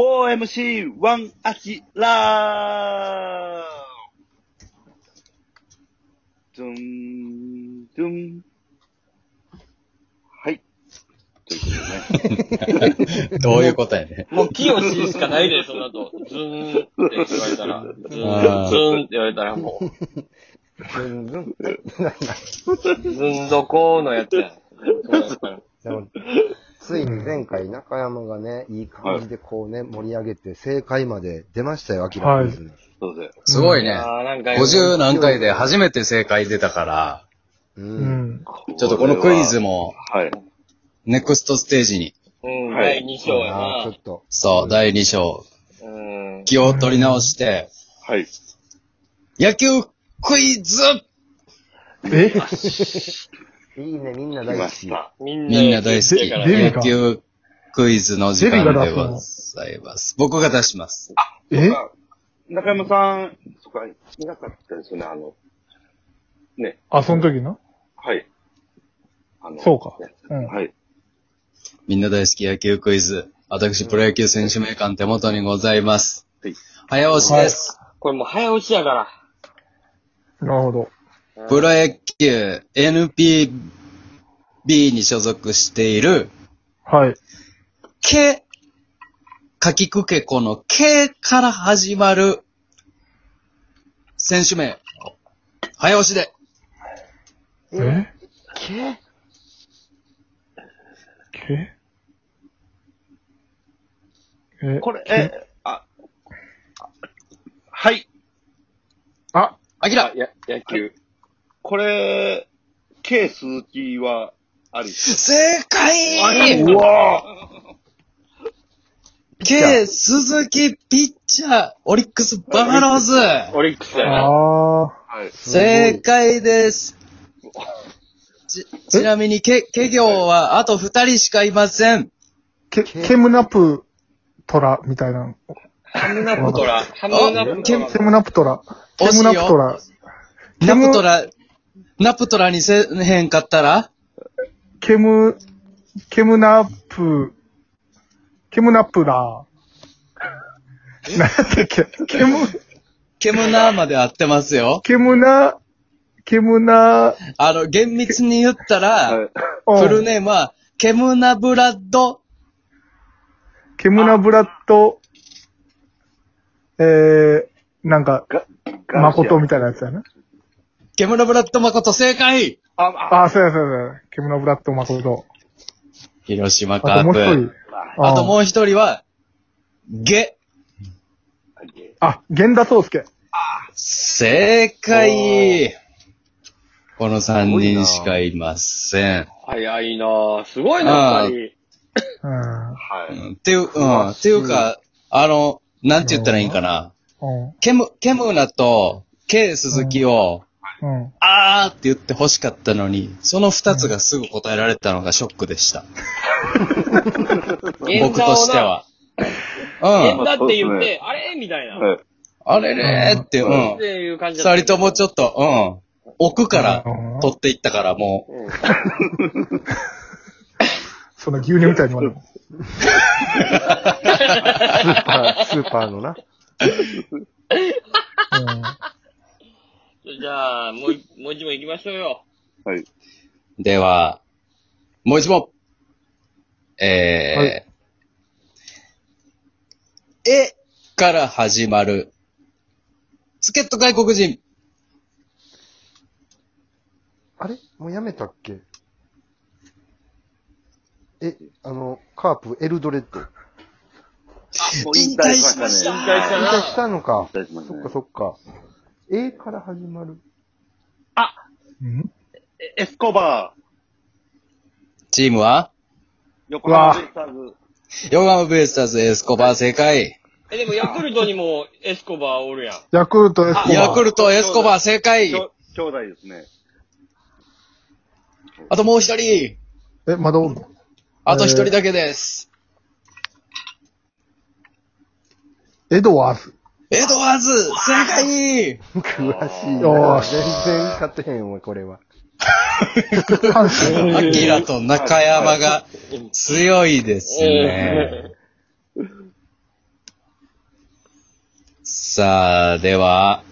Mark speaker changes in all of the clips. Speaker 1: 4MC1 アキラドゥン、ドゥン。はい。ということでね。
Speaker 2: どういうことやね。
Speaker 3: もう、キヨシしかないで、その後。ズーンって言われたら、ズー
Speaker 2: あ
Speaker 3: ン、
Speaker 2: ー
Speaker 3: ズーンって言われたら、もう、
Speaker 4: 全然。
Speaker 3: ズンどこのやつや。そうやから
Speaker 4: でも、ついに前回中山がね、いい感じでこうね、盛り上げて、正解まで出ましたよ、明らかに。
Speaker 1: どうぞ。
Speaker 2: すごいね。
Speaker 3: あーなんか
Speaker 2: 50何回で初めて正解出たから、
Speaker 4: う。
Speaker 5: うんん。
Speaker 2: ちょっとこのクイズ。も、
Speaker 1: はい。
Speaker 2: ネクストステージに、
Speaker 3: うん、
Speaker 1: はい
Speaker 3: 第2章や
Speaker 4: あー
Speaker 3: な
Speaker 4: ちょ。っと。
Speaker 2: そう、第2章、
Speaker 3: うん。
Speaker 2: 気を取り直して、
Speaker 1: はい。
Speaker 2: 野球クイズ
Speaker 5: え
Speaker 4: いいね、みんな
Speaker 1: 来
Speaker 4: 大
Speaker 1: ま
Speaker 4: 好
Speaker 1: し
Speaker 4: き。
Speaker 1: た。
Speaker 3: みん
Speaker 2: みんな大好
Speaker 3: や
Speaker 2: き、
Speaker 3: から
Speaker 5: デビ
Speaker 3: ね
Speaker 5: ュー
Speaker 2: 野球クイズの時間でございます。僕が出します。
Speaker 5: え
Speaker 1: 中山さん、そっか、いなかったですよね、あの、ね、
Speaker 5: あ、その時の
Speaker 1: はい。あの
Speaker 5: そうか
Speaker 1: ね
Speaker 5: うん
Speaker 1: はい。
Speaker 2: みんな大好き野球クイズ。私、プロ野球選手名鑑手元にございます
Speaker 1: はい。
Speaker 2: 早押しです。
Speaker 3: これもう早押しやから。
Speaker 5: なるほど。
Speaker 2: プロ野球 NPB に所属している、
Speaker 5: はい。
Speaker 2: け、かきくけこのけから始まる選手名。早押しで。
Speaker 5: え
Speaker 4: け
Speaker 5: けえ、
Speaker 1: これ、え、あ、はい。
Speaker 5: あ、
Speaker 2: あき
Speaker 3: あ
Speaker 2: ら、
Speaker 3: や、野球。
Speaker 1: これ、K 鈴木は、あり。
Speaker 2: 正解
Speaker 1: うわ
Speaker 2: け、鈴木、ピッチャー、オリックス、バファローズ。
Speaker 3: オリックスや な。
Speaker 5: あー。
Speaker 1: はい。
Speaker 2: 正解です。ち、ちなみに、け、け行はあと二人しかいません。
Speaker 5: け、ケムナプトラみたいな。
Speaker 3: ハムナプトラ。ハムナプトラ。
Speaker 5: ケムナプトラ。ケ
Speaker 2: 惜しい
Speaker 5: ム
Speaker 2: よ
Speaker 5: ナプトラ。
Speaker 2: ナプト
Speaker 5: ラ。
Speaker 2: ラ、ナプトラにせへんかったら
Speaker 5: ケム、ケムナプ、ケムナプラ。なんだっけケム、
Speaker 2: ケムナーまで合ってますよ。
Speaker 5: ケムナ、ケムナ、
Speaker 2: あの、厳密に言ったら、
Speaker 5: うん
Speaker 2: フルネームは、ケムナブラッド、
Speaker 5: ケムナブラッド、えー、なんか、誠み
Speaker 1: たい
Speaker 5: たいなやつやな。
Speaker 2: ケムナブラッド誠正解
Speaker 1: な。あ、あ、
Speaker 5: あ、そうやそうやそうや。ケムナブラッド誠。
Speaker 2: 広島
Speaker 5: あ
Speaker 2: カ
Speaker 5: とも
Speaker 2: ー
Speaker 5: う一人
Speaker 2: プ。。あと
Speaker 5: う
Speaker 2: も
Speaker 5: ん。
Speaker 2: う一人は、ゲ、
Speaker 5: あ、源田宗介。
Speaker 2: 正解この三人しかいません。
Speaker 3: 早いなぁ。すごいな、やっぱり。
Speaker 5: うん。
Speaker 1: は
Speaker 2: う
Speaker 1: い。
Speaker 2: んっていう、うん。っていうか、あの、なんて言ったらいいんかな。
Speaker 5: う
Speaker 2: ケム、ケムナと、ケ鈴木を、
Speaker 5: ん。うん。
Speaker 2: あーって言って欲しかったのに、その二つがすぐ答えられたのがショックでした。僕としては。う
Speaker 3: 源
Speaker 2: ん。
Speaker 3: 田って言
Speaker 1: まあそ
Speaker 3: っ
Speaker 1: うです
Speaker 3: て、あれみたいな。
Speaker 1: はい。
Speaker 2: あれれーって、う
Speaker 3: っ
Speaker 2: ん
Speaker 3: て。いう感じだ
Speaker 2: 二人ともちょ
Speaker 3: っ
Speaker 2: っと、うん。奥から
Speaker 5: うん
Speaker 2: 取っていったからも
Speaker 3: と。うん
Speaker 5: そんな牛乳みたいに言われる。
Speaker 4: スーパー、スーパーのな。
Speaker 5: うん。
Speaker 3: じゃあ、もうい、もう一問行きましょうよ。
Speaker 1: はい。
Speaker 2: う。では、もう一問。
Speaker 5: は
Speaker 2: えー。えから始まる。助っ人外国人。
Speaker 4: あれもうやめたっけえ、あの、カープ、エルドレッド。
Speaker 1: も
Speaker 2: 引退しました
Speaker 1: 引
Speaker 3: 引
Speaker 1: 退
Speaker 3: 退
Speaker 1: し
Speaker 3: した
Speaker 1: ね。
Speaker 3: た
Speaker 4: 引
Speaker 3: な
Speaker 4: 退したのか。
Speaker 1: 引退しました
Speaker 4: そっ
Speaker 1: ね
Speaker 4: かそっか。A から始まる。
Speaker 5: うん
Speaker 1: エスコバー、
Speaker 2: チームは
Speaker 1: 横浜ベイスターズ。
Speaker 2: ヨガムベイスターズエスコバー正解。
Speaker 3: え、でもヤクルトにもエスコバーおるやん。
Speaker 5: ヤクルトエスコ
Speaker 3: あ
Speaker 2: ヤ
Speaker 5: バ
Speaker 2: ク
Speaker 5: ー。
Speaker 2: ルトエスコバー正解
Speaker 1: 兄。弟ですね。
Speaker 2: あともう一人。
Speaker 5: え、まだおんの
Speaker 2: あと一人だけです。
Speaker 5: エドワーズ。
Speaker 2: エドワーズ正解
Speaker 4: 詳しいな。
Speaker 5: よーし
Speaker 4: 全然勝てへんわ、これは。
Speaker 5: 阪 神。
Speaker 2: アキラと中山が強いですね。さあ、では、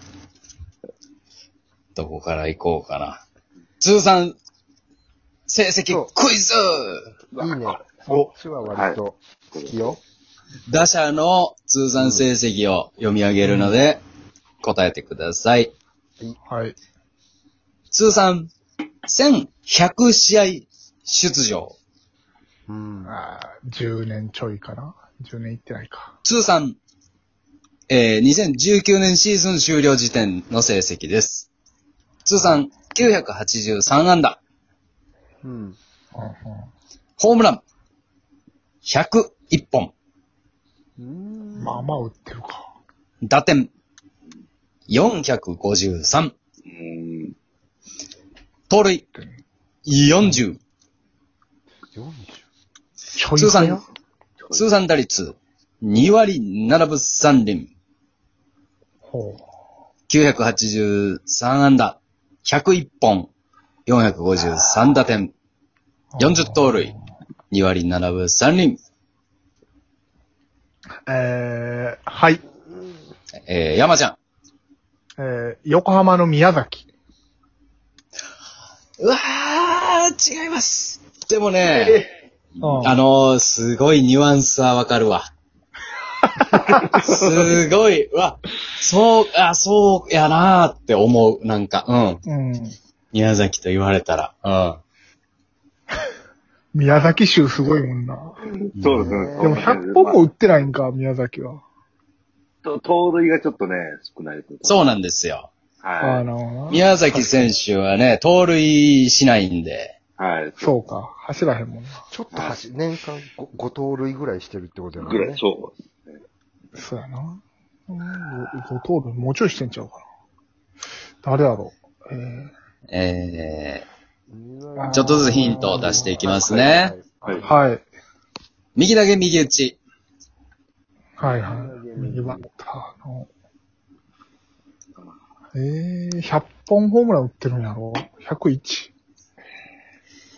Speaker 2: どこから行こうかな。通算、成績クイズ
Speaker 4: いいね。
Speaker 5: お
Speaker 4: こっちは割と好きよ。
Speaker 2: 打者の通算成績を読み上げるので、答えてください。
Speaker 5: はい。
Speaker 2: 通算、1100試合出場。
Speaker 4: うん。
Speaker 5: あー10年ちょいかな ?10 年いってないか。
Speaker 2: 通算、えー、2019年シーズン終了時点の成績です。通算983安打、
Speaker 4: うん。
Speaker 5: うんうん
Speaker 2: ホームラン101本、
Speaker 4: うん
Speaker 5: まあまあ売ってるか。
Speaker 2: 打点453、
Speaker 1: うん。
Speaker 2: 盗塁40、
Speaker 4: 40
Speaker 5: ちょい
Speaker 2: 通
Speaker 5: か
Speaker 2: 算
Speaker 5: よ。、
Speaker 2: 通算打率2割7分3厘、
Speaker 5: ほう。
Speaker 2: 983安打、101本、453打点、40盗塁、2割7分3厘、
Speaker 5: えー、はい。
Speaker 2: えー、山ちゃん。
Speaker 5: えー、横浜の宮崎。
Speaker 2: うわー、違います。でもね、
Speaker 5: うん
Speaker 2: あのー、すごいニュアンスはわかる わ。すごい、うわ、そう、あ、そうやなーって思う、なんか、うん。
Speaker 5: うん。
Speaker 2: 宮崎と言われたら、
Speaker 5: 宮崎州すごいもんな。
Speaker 1: そうですね。
Speaker 5: でも100本も売ってないんか、宮崎は。
Speaker 1: と盗塁がちょっとね、少ないですね
Speaker 2: うん。そうなんですよ。
Speaker 5: あ
Speaker 1: は
Speaker 5: ーなるほどな。
Speaker 2: 宮崎選手はね、盗塁しないんで、
Speaker 1: い。はい。
Speaker 5: そうか。走らへんもんな。
Speaker 4: ちょっと走、年間 5, 盗塁ぐらいしてるってことだ
Speaker 1: ぐ
Speaker 4: よ
Speaker 1: ら
Speaker 4: ね
Speaker 1: い、。そう。
Speaker 5: そうやな。うん、ごご答弁もうちょいしてんちゃうかな。誰やろう。え
Speaker 2: えー、
Speaker 5: ー
Speaker 2: ちょっとずつヒントを出していきますね。
Speaker 1: はい。
Speaker 5: ー、はい。
Speaker 2: 右投げ右打ち、
Speaker 5: はいはい。右バッターの。えー、100本ホームラン打ってるんやろ ?101。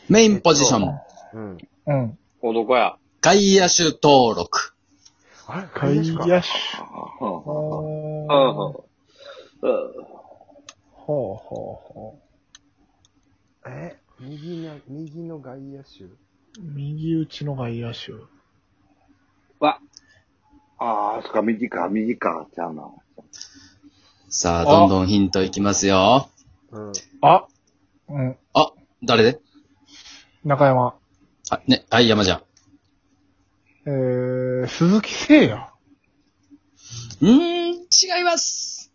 Speaker 2: メインポジション、
Speaker 4: うん。
Speaker 5: うん。
Speaker 3: お、どこや
Speaker 2: 外野手登録。
Speaker 4: あれ、
Speaker 5: 外
Speaker 4: 外野手か。
Speaker 5: 野手。
Speaker 1: うん
Speaker 5: あーほう
Speaker 3: うんうん
Speaker 5: ほうほ
Speaker 4: え、右の、右の外野手
Speaker 5: う。右打ちの外野手。
Speaker 1: ああ、そっか、右か、右か、ちゃうな。
Speaker 2: さあ、どんどんヒントいきますよ。
Speaker 4: うん。
Speaker 5: あうん。
Speaker 2: あ、誰で
Speaker 5: 中山。
Speaker 2: あ、ね、はい、山ちゃん。
Speaker 5: えー、鈴木誠也。
Speaker 2: うーん、違います。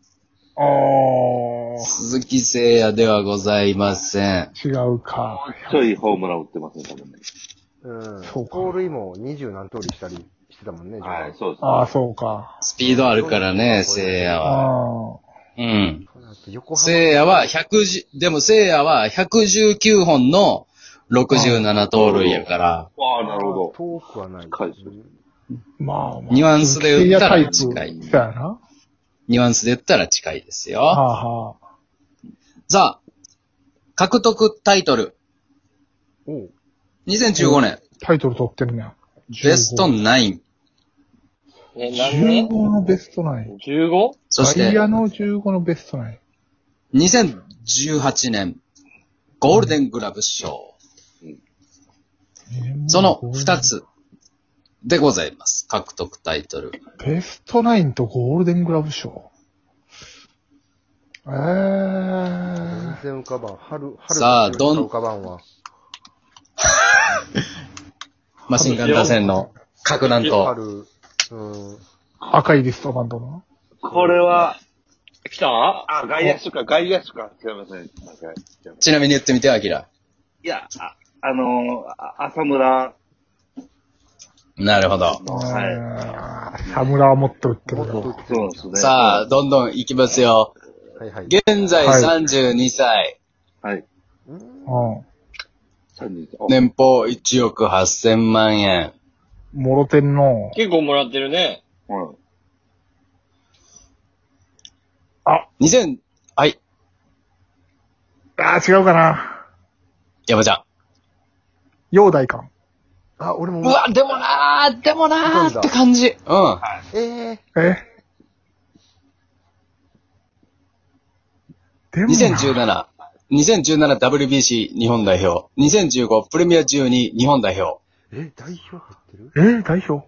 Speaker 5: あー。
Speaker 2: 鈴木誠也ではございません。
Speaker 5: 違うか。
Speaker 1: ちょいホームラン打ってますね、多分ね。
Speaker 4: うん。
Speaker 5: そうか
Speaker 4: 盗塁も二十何盗塁したりしてたもんね、
Speaker 1: はい、
Speaker 4: 序盤
Speaker 1: そうですね。
Speaker 5: あー、そうか。
Speaker 2: スピードあるからね、誠也
Speaker 5: あ
Speaker 2: は。
Speaker 5: ー。
Speaker 2: うん。
Speaker 4: そうだった横
Speaker 2: 誠也は110、でも誠也は119本の67盗塁やから、
Speaker 1: ああ、なるほど。
Speaker 4: 遠くはない。
Speaker 1: 近いです
Speaker 5: まあまあ。
Speaker 2: ニュアンスで打ったら
Speaker 5: 鈴木誠
Speaker 2: 近
Speaker 5: 也
Speaker 2: い
Speaker 5: タイ。プそうやな。
Speaker 2: ニュアンスで言ったら近いです
Speaker 5: は
Speaker 2: よ。
Speaker 5: あはあ。
Speaker 2: さあ、獲得タイトル。
Speaker 4: おう
Speaker 2: 2015年、
Speaker 5: タイトル取ってるね。
Speaker 2: ベスト
Speaker 5: 15
Speaker 2: 9。
Speaker 3: え、何年
Speaker 5: 15のベストナイン。
Speaker 3: ?15?
Speaker 2: そし
Speaker 5: ダ
Speaker 2: て
Speaker 5: イ、ヤの15のベストナイン。
Speaker 2: 2018年、ゴールデングラブ賞。その2。つでございます。獲得タイトル。
Speaker 5: ベストナインとゴールデングラブ賞。え
Speaker 4: 全。
Speaker 5: ー
Speaker 4: 然浮かばん。春、春
Speaker 2: さあ
Speaker 4: が
Speaker 2: どん
Speaker 4: 浮かばんわ。
Speaker 2: マシンガン打線の核弾頭。
Speaker 4: 春、うん。
Speaker 5: 赤いリストバンドの。
Speaker 1: これは、
Speaker 3: 来た
Speaker 1: あ、外野手か、外野手か。すいません。なんか違います
Speaker 2: ちなみに言ってみて、アキラ。
Speaker 1: いや、ああのー、あ浅村
Speaker 2: なるほど。
Speaker 1: の、はい。
Speaker 5: い。サムラはもっと売ってる
Speaker 4: もっと
Speaker 5: よ。
Speaker 4: 打って
Speaker 1: そうなん
Speaker 4: る
Speaker 1: で
Speaker 4: じ
Speaker 1: すね。
Speaker 2: さあ、どんどん行きますよ。
Speaker 4: ゃんはいはい。
Speaker 2: 現在
Speaker 5: はい
Speaker 2: 32歳、
Speaker 1: あ。はい。
Speaker 4: うん
Speaker 5: う
Speaker 1: 三人と。
Speaker 2: 年俸1億8000万円。
Speaker 5: ん。もろてんの。
Speaker 3: 結構もらってるね。
Speaker 1: うん。
Speaker 2: 2000、はい、
Speaker 5: あー、違うかな。
Speaker 2: 山ちゃ
Speaker 5: 陽大館。
Speaker 4: あ、俺も
Speaker 2: ん。うわ、でもなー、でもなーって感じ。うん。
Speaker 4: ええ
Speaker 5: えでもな、
Speaker 2: 2017、2017WBC 日本代表、2015プレミア12日本代表。
Speaker 4: え、代表入ってる
Speaker 5: えー代表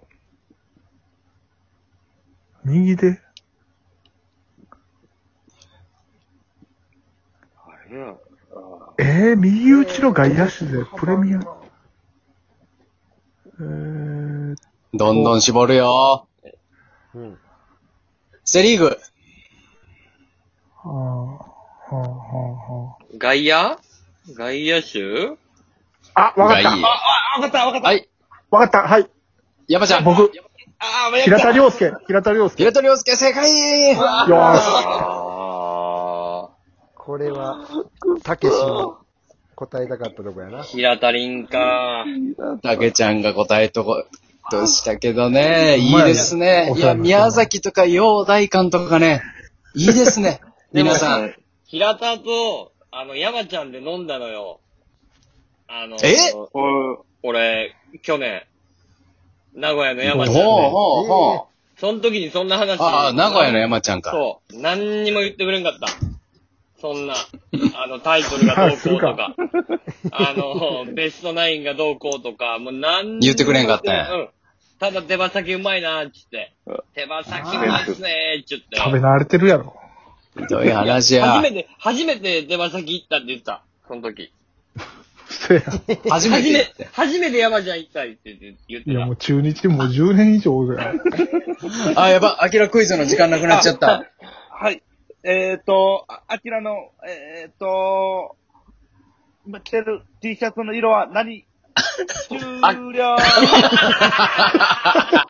Speaker 5: 右で
Speaker 1: あれや。あ
Speaker 5: えー、右打ちの外野手でプレミア。えー、
Speaker 2: どんどん絞るよ。
Speaker 4: うん。
Speaker 2: セリーグ、
Speaker 5: はあ、はあ、は
Speaker 3: 外野外野手
Speaker 5: あ、はあ。あ、わか
Speaker 1: あ、わかっ
Speaker 2: がいい。は
Speaker 5: った
Speaker 1: たわかった。
Speaker 2: い。
Speaker 5: わかった。はい。
Speaker 2: 山ちゃん。
Speaker 5: 僕、
Speaker 1: ああ、や
Speaker 5: 平田良介。平田良介。
Speaker 2: 平田良介正解
Speaker 5: よーし。
Speaker 3: あ
Speaker 4: これは、たけしの答えたかったとこやな
Speaker 3: ー、。平田凛か。
Speaker 2: たけちゃんが答えとことしたけどね、い
Speaker 5: ほん
Speaker 2: い
Speaker 5: まやね
Speaker 2: ですね。いや、宮崎とか陽大館とかね、いいですね。
Speaker 3: でも
Speaker 2: 皆さん。
Speaker 3: 平田と、あの、山ちゃんで飲んだのよ。あの、
Speaker 2: え
Speaker 1: お
Speaker 3: 俺、去年、名古屋の 山
Speaker 2: ほう
Speaker 3: ちゃんで、
Speaker 2: ほうほう。
Speaker 3: その時にそんな話。
Speaker 2: ああ、名古屋の山ちゃんか。
Speaker 3: そう。何にも言ってくれんかった。そんな、あの、タイトルがどうこうとか、あの、ベストナインがどうこうとか、もう何にも
Speaker 2: 言ってくれんかったんや
Speaker 3: うん。ただ手羽先うまいなーっつって。手羽先うまいっすねーっつって。
Speaker 5: 食べ慣れてるやろ。
Speaker 2: ひどい話
Speaker 3: 初
Speaker 2: や
Speaker 3: め。て、初めて手羽先行ったって言った。その時。
Speaker 5: そや。
Speaker 2: 初め
Speaker 3: 初
Speaker 2: て。
Speaker 3: めて、初めて山ちゃん行ったって言って言っ
Speaker 5: い
Speaker 3: て
Speaker 5: や、
Speaker 3: た
Speaker 5: もう。中日もう10年以上や。
Speaker 2: あ、やば、アキラクイズの時間なくなっちゃった。
Speaker 1: はい。えっ、ー、と、ああきらの、えっ、ー、と、今着てる T シャツの色は何終了